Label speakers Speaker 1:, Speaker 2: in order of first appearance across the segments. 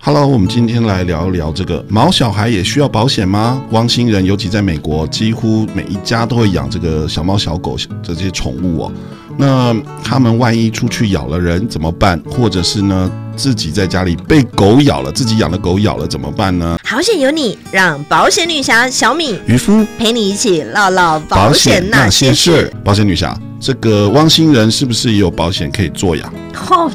Speaker 1: Hello，我们今天来聊聊这个毛小孩也需要保险吗？汪星人，尤其在美国，几乎每一家都会养这个小猫、小狗这些宠物哦。那他们万一出去咬了人怎么办？或者是呢，自己在家里被狗咬了，自己养的狗咬了怎么办呢？
Speaker 2: 好险有你，让保险女侠小米
Speaker 1: 渔夫
Speaker 2: 陪你一起唠唠保险那些事。，
Speaker 1: 保险女侠，这个汪星人是不是也有保险可以做呀？
Speaker 2: 哦，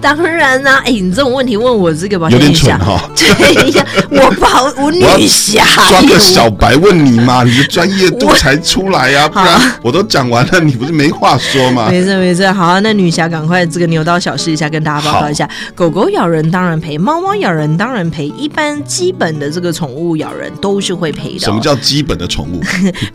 Speaker 2: 当然啦、哎、你这种问题问我这个保
Speaker 1: 有
Speaker 2: 险
Speaker 1: 点
Speaker 2: 女
Speaker 1: 蠢哦
Speaker 2: 侠，
Speaker 1: 哈、
Speaker 2: 对呀，我保啊我女侠，
Speaker 1: 装个小白问你嘛，你的专业度才出来呀、不
Speaker 2: 好
Speaker 1: 然我都讲完了，你不是没话说吗？
Speaker 2: 没事没事，好、啊那女侠赶快这个牛刀小试一下，跟大家报告一下，狗狗咬人当然赔，猫猫咬人当然赔，一般基本的这个宠物咬人都是会赔的、哦
Speaker 1: 什么？叫基本的宠物？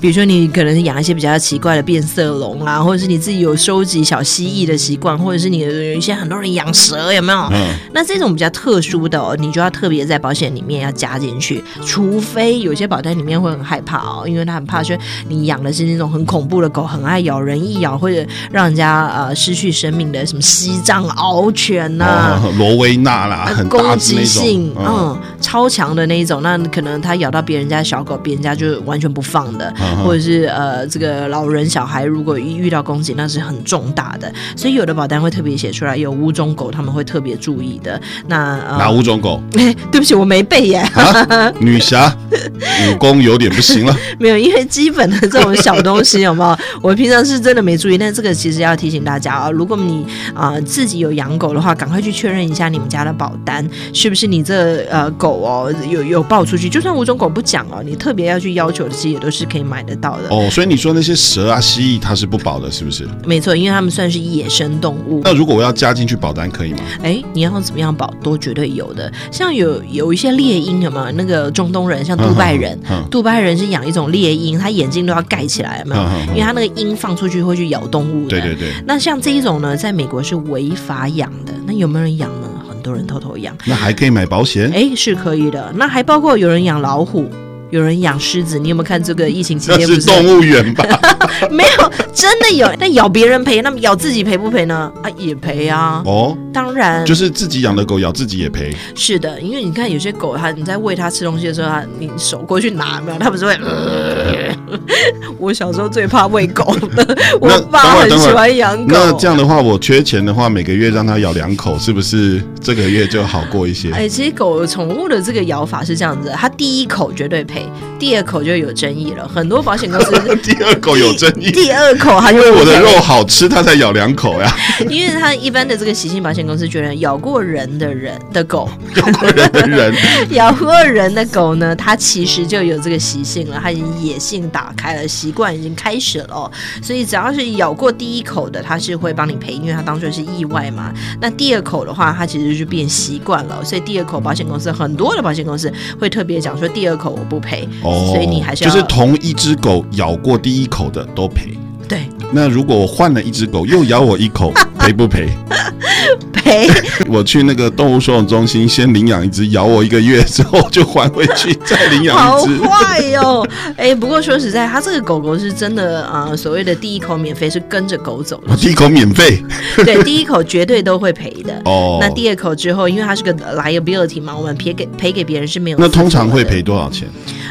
Speaker 2: 比如说你可能养一些比较奇怪的变色龙啊，或者是你自己有收集小蜥蜴的习惯，或者是你有一些很多人养蛇，有没有？
Speaker 1: 嗯，
Speaker 2: 那这种比较特殊的哦，你就要特别在保险里面要加进去，除非有些保单里面会很害怕哦，因为他很怕说你养的是那种很恐怖的狗，很爱咬人，一咬或者让人家呃失去生命的什么西藏獒犬 呐、
Speaker 1: 哦，罗威纳啦，
Speaker 2: 呃
Speaker 1: 很大
Speaker 2: 攻
Speaker 1: 只
Speaker 2: 击
Speaker 1: 那
Speaker 2: 性
Speaker 1: 种，，
Speaker 2: 嗯，超强的那一种，那可能它咬到别人家小狗，别人家就完全不放的，
Speaker 1: 嗯哼
Speaker 2: 或者是呃，这个老人小孩如果一遇到攻击，那是很重大的，所以有的保单会特别写出来，有五种狗他们会特别注意的。那
Speaker 1: 哪
Speaker 2: 呃，
Speaker 1: 五种狗？
Speaker 2: 哎，对不起，我没背耶，
Speaker 1: 女侠武功有点不行 了，
Speaker 2: 没有，因为基本的这种小东西 有没有，我平常是真的没注意，但这个其实要提醒大家啊，如果你啊、呃自己有养狗的话，赶快去确认一下你们家的保单是不是你这呃狗哦有有报出去，就算五种狗不讲哦，你特别要去要求的，其实也都是可以买得到的。
Speaker 1: 哦，所以你说那些蛇啊、蜥蜴它是不保的，是不是？
Speaker 2: 没错，因为它们算是野生动物。
Speaker 1: 那如果我要加进去保单可以吗？
Speaker 2: 哎，你要怎么样保都绝对有的。像有有一些猎鹰，有没有？那个中东人，像杜拜人，
Speaker 1: 嗯，
Speaker 2: 杜拜人是养一种猎鹰，他眼睛都要盖起来，有没有？
Speaker 1: 嗯
Speaker 2: 因为
Speaker 1: 嗯，
Speaker 2: 它那个鹰放出去会去咬动物的。
Speaker 1: 对对对，
Speaker 2: 那像这一种呢，在美国是违法养的，那有没有人养呢？很多人偷偷养，
Speaker 1: 那还可以买保险。
Speaker 2: 哎，是可以的。那还包括有人养老虎。有人养狮子，你有没有看这个疫情期
Speaker 1: 那
Speaker 2: 间不
Speaker 1: 是动物园吧？
Speaker 2: 没有，真的有。那咬别人赔，那么咬自己赔不赔呢？啊，也赔啊，
Speaker 1: 哦，
Speaker 2: 当然
Speaker 1: 就是自己养的狗咬自己也赔。
Speaker 2: 是的，因为你看有些狗，它你在喂它吃东西的时候，它你手过去拿，有没有？它 不是会、呃我小时候最怕喂狗了，我
Speaker 1: 那
Speaker 2: 爸很
Speaker 1: 等会儿
Speaker 2: 喜欢养狗。
Speaker 1: 那这样的话，我缺钱的话，每个月让它咬两口，是不是这个月就好过一些？
Speaker 2: 哎、其实狗宠物的这个咬法是这样子的，它第一口绝对赔，第二口就有争议了。很多保险公 司
Speaker 1: 第二口有争议，
Speaker 2: 第二口它
Speaker 1: 因
Speaker 2: 就
Speaker 1: 为我的
Speaker 2: 不
Speaker 1: 肉好吃，它才咬两口 呀。
Speaker 2: 赔，因为它一般的这个习性保险公司觉得咬过人的人的狗，
Speaker 1: 咬过人的人，
Speaker 2: 咬过人的狗呢，它其实就有这个习性了，它已经野性打开了，习惯已经开始了哦、所以只要是咬过第一口的，它是会帮你赔，因为它当初是意外嘛。那第二口的话，它其实就变习惯了，所以第二口保险公司很多的保险公司会特别讲说第二口我不赔，
Speaker 1: 哦
Speaker 2: 所以你还是
Speaker 1: 就
Speaker 2: 要
Speaker 1: 是同一只狗咬过第一口的都赔。
Speaker 2: 对
Speaker 1: 那如果我换了一只狗又咬我一 口，赔不赔？
Speaker 2: 赔。
Speaker 1: 我去那个动物收容中心先领养一只，咬我一个月之后就还回去，再领养
Speaker 2: 好
Speaker 1: 一只。
Speaker 2: 坏哟、哎、不过说实在，它这个狗狗是真的啊、呃所谓的第一口免费是跟着狗走
Speaker 1: 我
Speaker 2: 的，
Speaker 1: 第一口免费
Speaker 2: 对，第一口绝对都会赔的。
Speaker 1: 哦。
Speaker 2: 那第二口之后，因为它是个呃 liability 嘛，我们赔给赔给别人是没有。
Speaker 1: 那通常会赔，多少钱？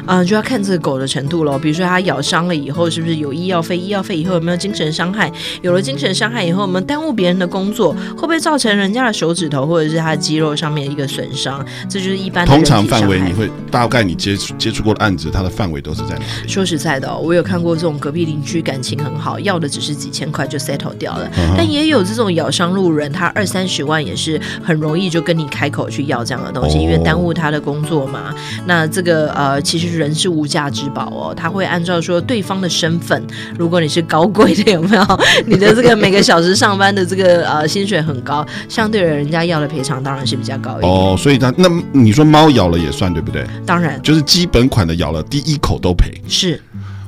Speaker 2: 嗯、就要看这个狗的程度咯。比如说它咬伤了以后，是不是有医药费？医药费以后有没有精神伤害？有了精神伤害以后，我们耽误别人的工作，会不会造成人家的手指头或者是它的肌肉上面一个损伤？这就是一般的
Speaker 1: 通常
Speaker 2: 人体
Speaker 1: 范
Speaker 2: 伤
Speaker 1: 围
Speaker 2: 害
Speaker 1: 你会大概你接触接触过的案子，它的范围都是在哪里？
Speaker 2: 说实在的哦、我有看过这种隔壁邻居感情很好，要的只是几千块就 settle 掉了，
Speaker 1: 嗯哼
Speaker 2: 但也有这种咬伤路人，他二三十万也是很容易就跟你开口去要这样的东西，
Speaker 1: 哦
Speaker 2: 因为耽误他的工作嘛。那这个呃，其实人是无价之宝哦，他会按照说对方的身份，如果你是高贵的，有没有？ 你的这个每个小时上班的这个呃薪水很高，相对的人家要的赔偿当然是比较高一点。
Speaker 1: 哦，所以它那你说猫咬了也算对不对？
Speaker 2: 当然
Speaker 1: 就是基本款的咬了第一口都赔
Speaker 2: 是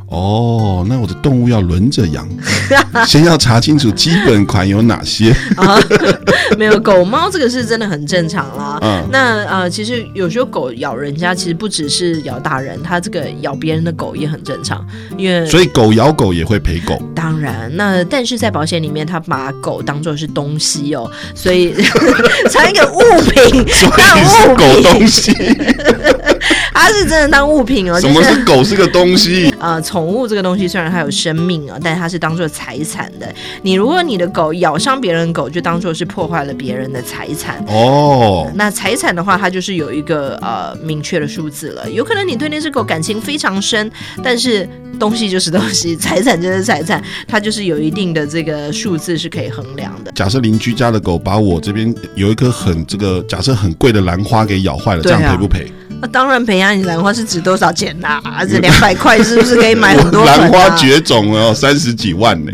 Speaker 1: 哦，那我的动物要轮着 养，先要查清楚基本款有哪些。
Speaker 2: 啊，没有狗猫这个是真的很正常啦。
Speaker 1: 嗯
Speaker 2: 那呃，其实有时候狗咬人家，其实不只是咬大人，它这个咬别人的狗也很正常，因为
Speaker 1: 所以狗咬狗也会陪 狗，
Speaker 2: 当然那但是在保险里面，它把狗当做是东西哦，所以 成一个物品
Speaker 1: 所以
Speaker 2: 当
Speaker 1: 是
Speaker 2: 物
Speaker 1: 狗东
Speaker 2: 品，
Speaker 1: 西。
Speaker 2: 它是真的当物品哦，
Speaker 1: 什
Speaker 2: 就
Speaker 1: 么
Speaker 2: 是。
Speaker 1: 是狗是个东西？
Speaker 2: 呃，宠物这个东西虽然它有生命啊、但它是当做财产的。你如果你的狗咬伤别人的狗，就当做是破坏了别人的财产。
Speaker 1: 哦，
Speaker 2: 那财产的话，它就是有一个呃明确的数字了。有可能你对那只狗感情非常深，但是东西就是东西， 财产就是财产，它就是有一定的这个数字是可以衡量的。
Speaker 1: 假设邻居家的狗把我这边有一颗很这个假设很贵的兰花给咬坏了，这
Speaker 2: 对啊
Speaker 1: 样赔不赔？
Speaker 2: 那、当然，培养你兰花是值多少钱呐、啊这两百块是不是可以买很多、啊？
Speaker 1: 兰花绝种了，三十几万呢、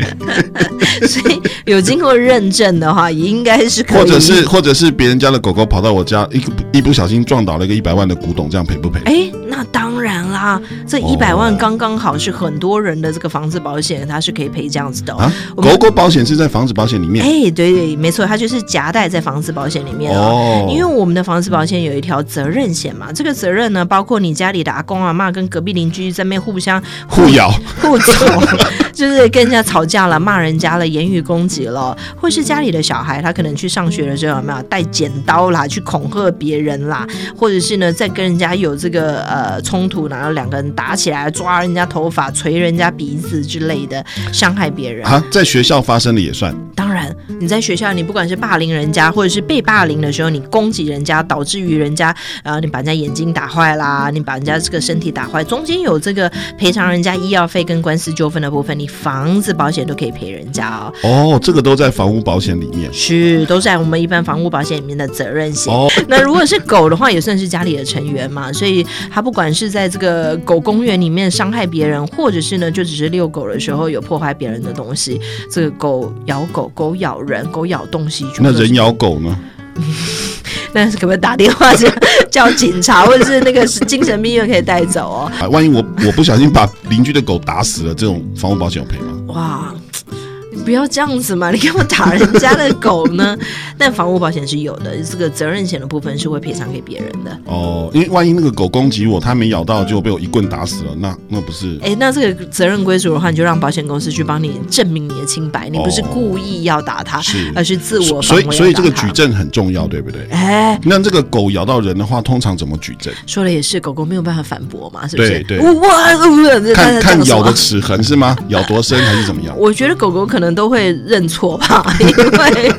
Speaker 2: 所以有经过认证的话，也应该是可以。
Speaker 1: 或者是或者是别人家的狗狗跑到我家，一个一不小心撞倒了一个一百万的古董，这样赔不赔？
Speaker 2: 哎，那当然啦，这一百
Speaker 1: 哦
Speaker 2: 万刚刚好是很多人的这个房子保险，它是可以赔这样子的、哦。
Speaker 1: 啊，
Speaker 2: 我们
Speaker 1: 狗狗保险是在房子保险里面。
Speaker 2: 哎、对对，没错，它就是夹带在房子保险里面哦。
Speaker 1: 哦，
Speaker 2: 因为我们的房子保险有一条责任险嘛，这个责任呢，包括你家里的阿公阿妈跟隔壁邻居在那边互相
Speaker 1: 互 咬，
Speaker 2: 互走， 就是跟人家吵架了、骂人家了、言语攻击了，或是家里的小孩他可能去上学的时候有没有带剪刀啦，去恐吓别人啦，或者是呢在跟人家有这个呃冲突，然后两个人打起来，抓人家头发、捶人家鼻子之类的，伤害别人。
Speaker 1: 啊，在学校发生的也算。
Speaker 2: 当然，你在学校，你不管是霸凌人家，或者是被霸凌的时候，你攻击人家，导致于人家，呃，你把人家眼睛打坏啦，你把人家这个身体打坏，中间有这个赔偿人家医药费跟官司纠纷的部分，你房子保险都可以赔人家哦，
Speaker 1: 哦，这个都在房屋保险里面。
Speaker 2: 是都在我们一般房屋保险里面的责任险。
Speaker 1: 哦，
Speaker 2: 那如果是狗的话，也算是家里的成员嘛，所以它不管是在这个狗公园里面伤害别人，或者是呢，就只是遛狗的时候有破坏别人的东西，这个狗咬狗、狗咬人、狗咬东西，全
Speaker 1: 那
Speaker 2: 部都是
Speaker 1: 人咬狗呢？
Speaker 2: 那是可不可以打电话叫叫警察，或者是那个精神病院可以带走哦？
Speaker 1: 啊，万一我我不小心把邻居的狗打死了，这种房屋保险有赔吗？
Speaker 2: 哇！你不要这样子嘛！你干嘛打人家的狗呢？ 但房屋保险是有的，这个责任险的部分是会赔偿给别人的。
Speaker 1: 哦，因为万一那个狗攻击我，它没咬到，就被我一棍打死了，那那不是？
Speaker 2: 哎，那这个责任归属的话，你就让保险公司去帮你证明你的清白，你不是
Speaker 1: 哦
Speaker 2: 故意要打他，
Speaker 1: 是
Speaker 2: 而是自我防
Speaker 1: 所
Speaker 2: 卫
Speaker 1: 以所以这个
Speaker 2: 要打他
Speaker 1: 举证很重要，对不对？
Speaker 2: 哎，
Speaker 1: 那这个狗咬到人的话，通常怎么举证？
Speaker 2: 说了也是，狗狗没有办法反驳嘛，是不是？
Speaker 1: 对对
Speaker 2: 我我我呃这啊
Speaker 1: 看
Speaker 2: 他在讲
Speaker 1: 看
Speaker 2: 什
Speaker 1: 咬的
Speaker 2: 么？
Speaker 1: 齿痕是 吗？咬多深还是怎么样？
Speaker 2: 我觉得狗狗可能都会认错吧，因为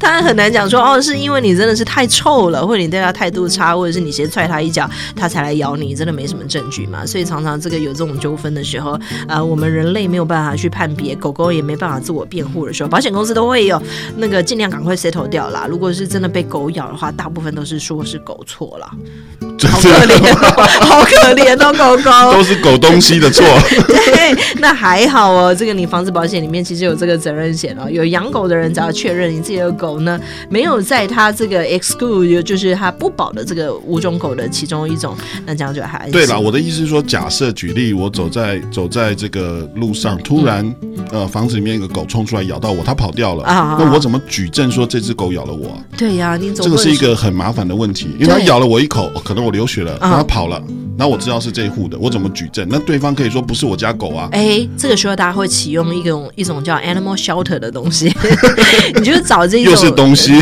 Speaker 2: 它很难讲说哦，是因为你真的是太臭了，或者你对它态度差，或者是你先踹它一脚，它才来咬你，真的没什么证据嘛。所以常常这个有这种纠纷的时候，呃，我们人类没有办法去判别，狗狗也没办法自我辩护的时候，保险公司都会有那个尽量赶快 settle 掉啦。如果是真的被狗咬的话，大部分都是说是狗错了，
Speaker 1: 这
Speaker 2: 好可怜、哦，好可怜哦，狗狗。
Speaker 1: 都是狗东西的 错。
Speaker 2: 对，那还好哦。这个你房子保险里面其实有这个责任险哦。有养狗的人，只要确认你自己的狗呢没有在它这个 exclude，就是它不保的这个五种狗的其中一种，那这样就还安心
Speaker 1: 对啦，我的意思是说，假设举例，我走在走在这个路上，
Speaker 2: 嗯
Speaker 1: 突然、呃房子里面一个狗冲出来咬到我，它跑掉了，
Speaker 2: 啊
Speaker 1: 那我怎么举证说这只狗咬了我啊？
Speaker 2: 对呀、你总
Speaker 1: 这
Speaker 2: 不
Speaker 1: 个
Speaker 2: 能
Speaker 1: 是一个很麻烦的问题，因为它
Speaker 2: 对
Speaker 1: 咬了我一口，哦可能我流血了，然
Speaker 2: 嗯
Speaker 1: 后它跑了，那我知道是这一户的，我怎么举证？那对方可以说不是我家狗啊。
Speaker 2: 哎，这个时候大家会启用一种一种叫 animal shelter 的 东西，你就找这一种
Speaker 1: 又是东 西，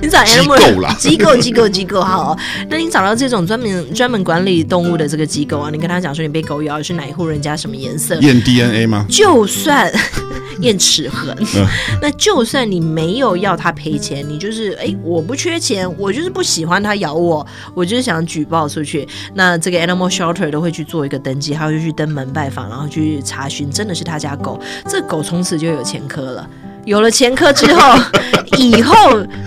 Speaker 2: 你找 animal
Speaker 1: 机构啦
Speaker 2: 机构机构机构好、哦，那你找到这种专门专门管理动物的这个机构啊，你跟他讲说你被狗咬是哪一户人家什么颜色，
Speaker 1: 验 DNA 吗？
Speaker 2: 就算 验齿痕
Speaker 1: 嗯，
Speaker 2: 那就算你没有要他赔钱，你就是哎，我不缺钱，我就是不喜欢他咬我，我就是想举报出去。那这个 animal shelter 都会去做一个登记，还会去登门拜访，然后去查询真的是他家狗，这狗从此就有前科了。有了前科之后，以后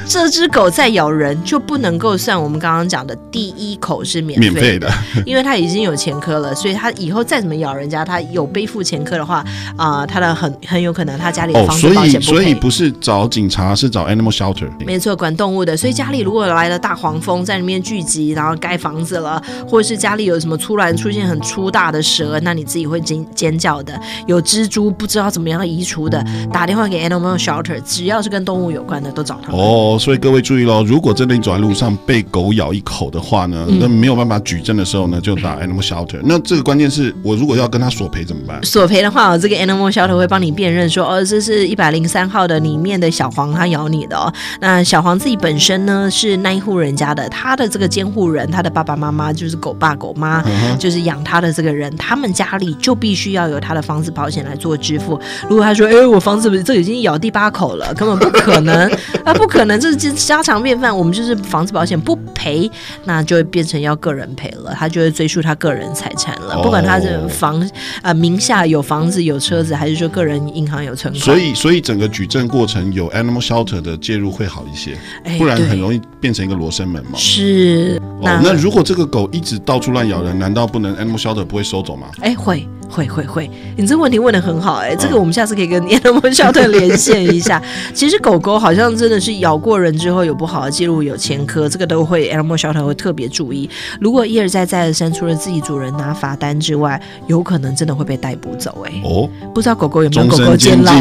Speaker 2: 这只狗再咬人就不能够算我们刚刚讲的第一口是免
Speaker 1: 免
Speaker 2: 费
Speaker 1: 费
Speaker 2: 的，
Speaker 1: 的，
Speaker 2: 因为它已经有前科了，所以它以后再怎么咬人家，它有背负前科的话，啊、它的很很有可能它家里的
Speaker 1: 哦，
Speaker 2: 房
Speaker 1: 所
Speaker 2: 子保
Speaker 1: 以
Speaker 2: 险
Speaker 1: 所以
Speaker 2: 赔。
Speaker 1: 不是找警察，是找 animal shelter。
Speaker 2: 没错，管动物的，所以家里如果来了大黄蜂，在里面聚集，然后盖房子了，或者是家里有什么突然出现很粗大的蛇，那你自己会尖尖叫的；有蜘蛛不知道怎么样移除的，打电话给 Animal Shelter，只要是跟动物有关的都找他们。
Speaker 1: 哦，所以各位注意喽，如果真的你走在路上被狗咬一口的话呢，
Speaker 2: 嗯
Speaker 1: 那没有办法举证的时候呢，就打 animal shelter。那这个关键是我如果要跟他索赔怎么办？
Speaker 2: 索赔的话，哦这个 Animal Shelter 会帮你辨认说，哦，这是一百零三号的里面的小黄，它咬你的哦。那小黄自己本身呢是那一户人家的，他的这个监护人，他的爸爸妈妈就是狗爸狗妈，就是养他的这个人，他们家里就必须要有他的房子保险来做支付。如果他说，哎，我房子这已经咬第八口了，根本不可能，那不可能，这是家常便饭，我们就是房子保险不赔，那就会变成要个人赔了，他就会追溯他个人财产了，不管他是
Speaker 1: 哦
Speaker 2: 房啊、名下有房子有车子，还是说个人银行有存款？
Speaker 1: 所以，所以整个举证过程有 animal shelter 的介入会好一些，
Speaker 2: 哎
Speaker 1: 不然
Speaker 2: 对
Speaker 1: 很容易变成一个罗生门嘛。
Speaker 2: 是
Speaker 1: 哦
Speaker 2: 那，
Speaker 1: 那如果这个狗一直到处乱咬人，难道不能 animal shelter 不会收走吗？
Speaker 2: 哎，会会会会，你这个问题问的很好哎、这
Speaker 1: 哦
Speaker 2: 个我们下次可以跟 Animal Shelter 连线 一下。其实狗狗好像真的是咬过人之后有不好的记录、有前科，这个都会 Animal Shelter 会特别注意。如果一而再再而三，除了自己主人拿罚单之外，有可能真的会被逮捕走哎、
Speaker 1: 哦，
Speaker 2: 不知道狗狗有没
Speaker 1: 终
Speaker 2: 有狗
Speaker 1: 身
Speaker 2: 狗监
Speaker 1: 监
Speaker 2: 牢，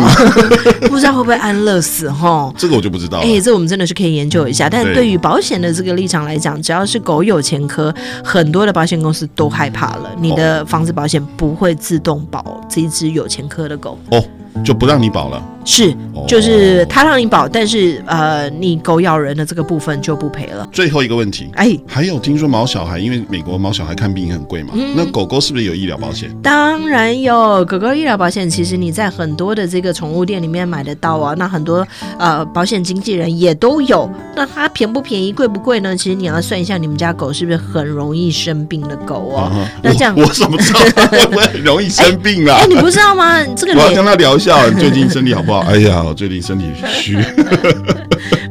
Speaker 2: 不知道会不会安乐死吼。
Speaker 1: 这个我就不知道了。
Speaker 2: 哎、这我们真的是可以研究一下。但
Speaker 1: 哦嗯对
Speaker 2: 对于保险的这个立场来讲，只要是狗有前科，很多的保险公司都害怕了。你
Speaker 1: 哦
Speaker 2: 的房子保险不会自动保这一只有前科的狗，
Speaker 1: 哦，就不让你保了。
Speaker 2: 是
Speaker 1: 哦
Speaker 2: 就是它让你保，但是呃，你狗咬人的这个部分就不赔了。
Speaker 1: 最后一个问题。
Speaker 2: 哎，
Speaker 1: 还有听说毛小孩，因为美国毛小孩看病也很贵嘛，
Speaker 2: 嗯
Speaker 1: 那狗狗是不是有医疗保险？
Speaker 2: 当然有狗狗医疗保险，其实你在很多的这个宠物店里面买得到啊。那很多呃保险经纪人也都有。那它便不便宜、贵不贵呢？其实你要算一下，你们家狗是不是很容易生病的狗哦。
Speaker 1: 啊哈
Speaker 2: 那这样
Speaker 1: 我我 怎么知道它会不会很容易生病啦
Speaker 2: 哎、？你不知道吗？这个
Speaker 1: 我要跟
Speaker 2: 脸
Speaker 1: 他聊一下，你最近身体好不好？ 哎呀，我最近身体 虚。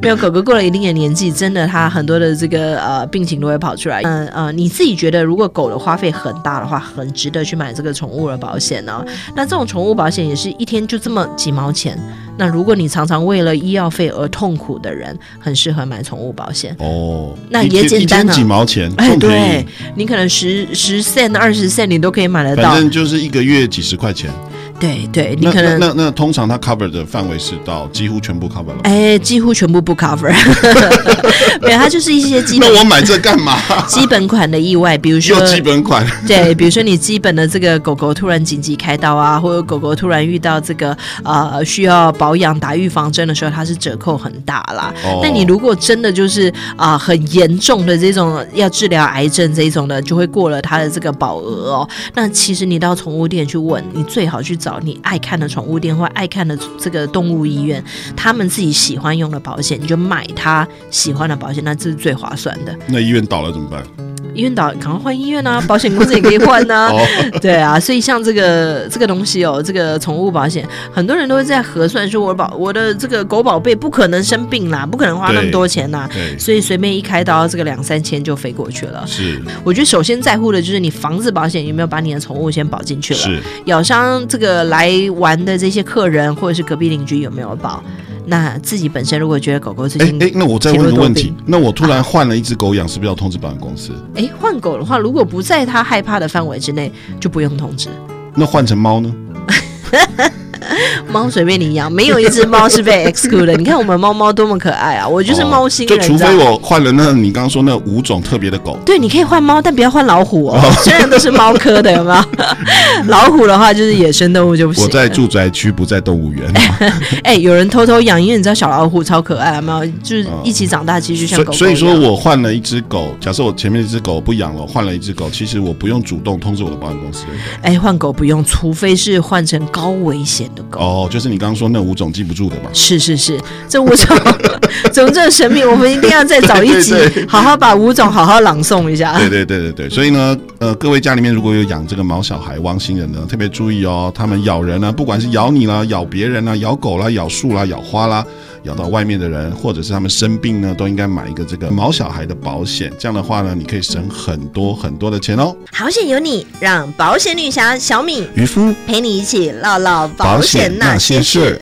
Speaker 2: 没有狗狗过了一定的年纪，真的它很多的这个呃病情都会跑出来。嗯呃你自己觉得如果狗的花费很大的话，很值得去买这个宠物的保险呢、那这种宠物保险也是一天就这么几毛钱。那如果你常常为了医药费而痛苦的人，很适合买宠物保险。
Speaker 1: 哦，
Speaker 2: 那
Speaker 1: 一
Speaker 2: 也
Speaker 1: 天
Speaker 2: 简单啊
Speaker 1: 一天几毛钱，
Speaker 2: 哎，
Speaker 1: 更便
Speaker 2: 对
Speaker 1: 宜。
Speaker 2: 你可能十十 cent、二十 cent 你都可以买得到
Speaker 1: 反。正就是一个月几十块钱。
Speaker 2: 对对，你
Speaker 1: 那
Speaker 2: 可
Speaker 1: 那
Speaker 2: 能
Speaker 1: 那那通常它 cover 的范围是到几乎全部 cover 了。
Speaker 2: 哎几乎全部不 cover，没有，它就是一些基 本
Speaker 1: 那我买这干嘛？
Speaker 2: 基本款的意外，比如 说
Speaker 1: 又基本款，
Speaker 2: 对，比如说你基本的这个狗狗突然紧急开刀啊，或者狗狗突然遇到这个呃需要保养打预防针的时候，它是折扣很大啦。
Speaker 1: 哦
Speaker 2: 那你如果真的就是啊、很严重的这种要治疗癌症这一种的，就会过了它的这个保额哦。那其实你到宠物店去问，你最好去找你爱看的宠物店或爱看的这个动物医院，他们自己喜欢用的保险，你就买他喜欢的保险，那这是最划算的。
Speaker 1: 那医院倒了怎么 办？
Speaker 2: 医院导赶快换医院啊，保险公司也可以换呐、
Speaker 1: 哦，
Speaker 2: 对啊，所以像这个这个东西哦，这个宠物保险，很多人都会在核算说，我保我的这个狗宝贝不可能生病啦，不可能花那么多钱啦。
Speaker 1: 对，
Speaker 2: 所以随便一开刀，这个两三千就飞过去了。
Speaker 1: 是
Speaker 2: 我觉得首先在乎的就是你房子保险有没有把你的宠物先保进去了，
Speaker 1: 是，
Speaker 2: 咬伤这个来玩的这些客人或者是隔壁邻居有没有保？那自己本身如果觉得狗狗最
Speaker 1: 哎
Speaker 2: 近
Speaker 1: 哎，那我再问一个问
Speaker 2: 体
Speaker 1: 题
Speaker 2: 弱，
Speaker 1: 那我突然换了一只狗养，是不是要通知保险公司？
Speaker 2: 哎换狗的话，如果不在它害怕的范围之内，就不用通知。
Speaker 1: 那换成猫呢？
Speaker 2: 猫随便你养，没有一只猫是被 exclude 的。你看我们猫猫多么可爱啊！我就是猫星
Speaker 1: 哦就
Speaker 2: 人，
Speaker 1: 除
Speaker 2: 你知道
Speaker 1: 非
Speaker 2: 吗
Speaker 1: 我换了那你刚刚说那五种特别的狗，
Speaker 2: 对，你可以换猫，但不要换老虎哦。虽然都是猫科的，有没有？老虎的话就是野生动物就不行
Speaker 1: 我
Speaker 2: 了。
Speaker 1: 在住宅区，不在动物园。
Speaker 2: 哎、有人偷偷养，因为你知道小老虎超可爱，有没有？就是一起长大，其实就像
Speaker 1: 所
Speaker 2: 狗狗
Speaker 1: 以
Speaker 2: 一样。
Speaker 1: 所以说我换了一只狗，假设我前面一只狗不养了，我换了一只狗，其实我不用主动通知我的保险公司，对不对？
Speaker 2: 哎，换狗不用，除非是换成高危险的狗。
Speaker 1: 哦，就是你刚刚说那五种记不住的嘛。
Speaker 2: 是是是，这五 种种这神秘，我们一定要再找一集，
Speaker 1: 对
Speaker 2: 好好把五种好好朗诵一 下。
Speaker 1: 对对对对对，所以呢，呃，各位家里面如果有养这个毛小孩、汪星人呢，特别注意哦，他们咬人呢、不管是咬你啦、咬别人啦、啊咬狗啦、咬树啦、咬花啦，咬到外面的人，或者是他们生病呢，都应该买一个这个毛小孩的保险。这样的话呢，你可以省很多很多的钱哦。
Speaker 2: 好险有你，让保险女侠小米
Speaker 1: 渔夫，
Speaker 2: 陪你一起唠唠
Speaker 1: 保险那些事。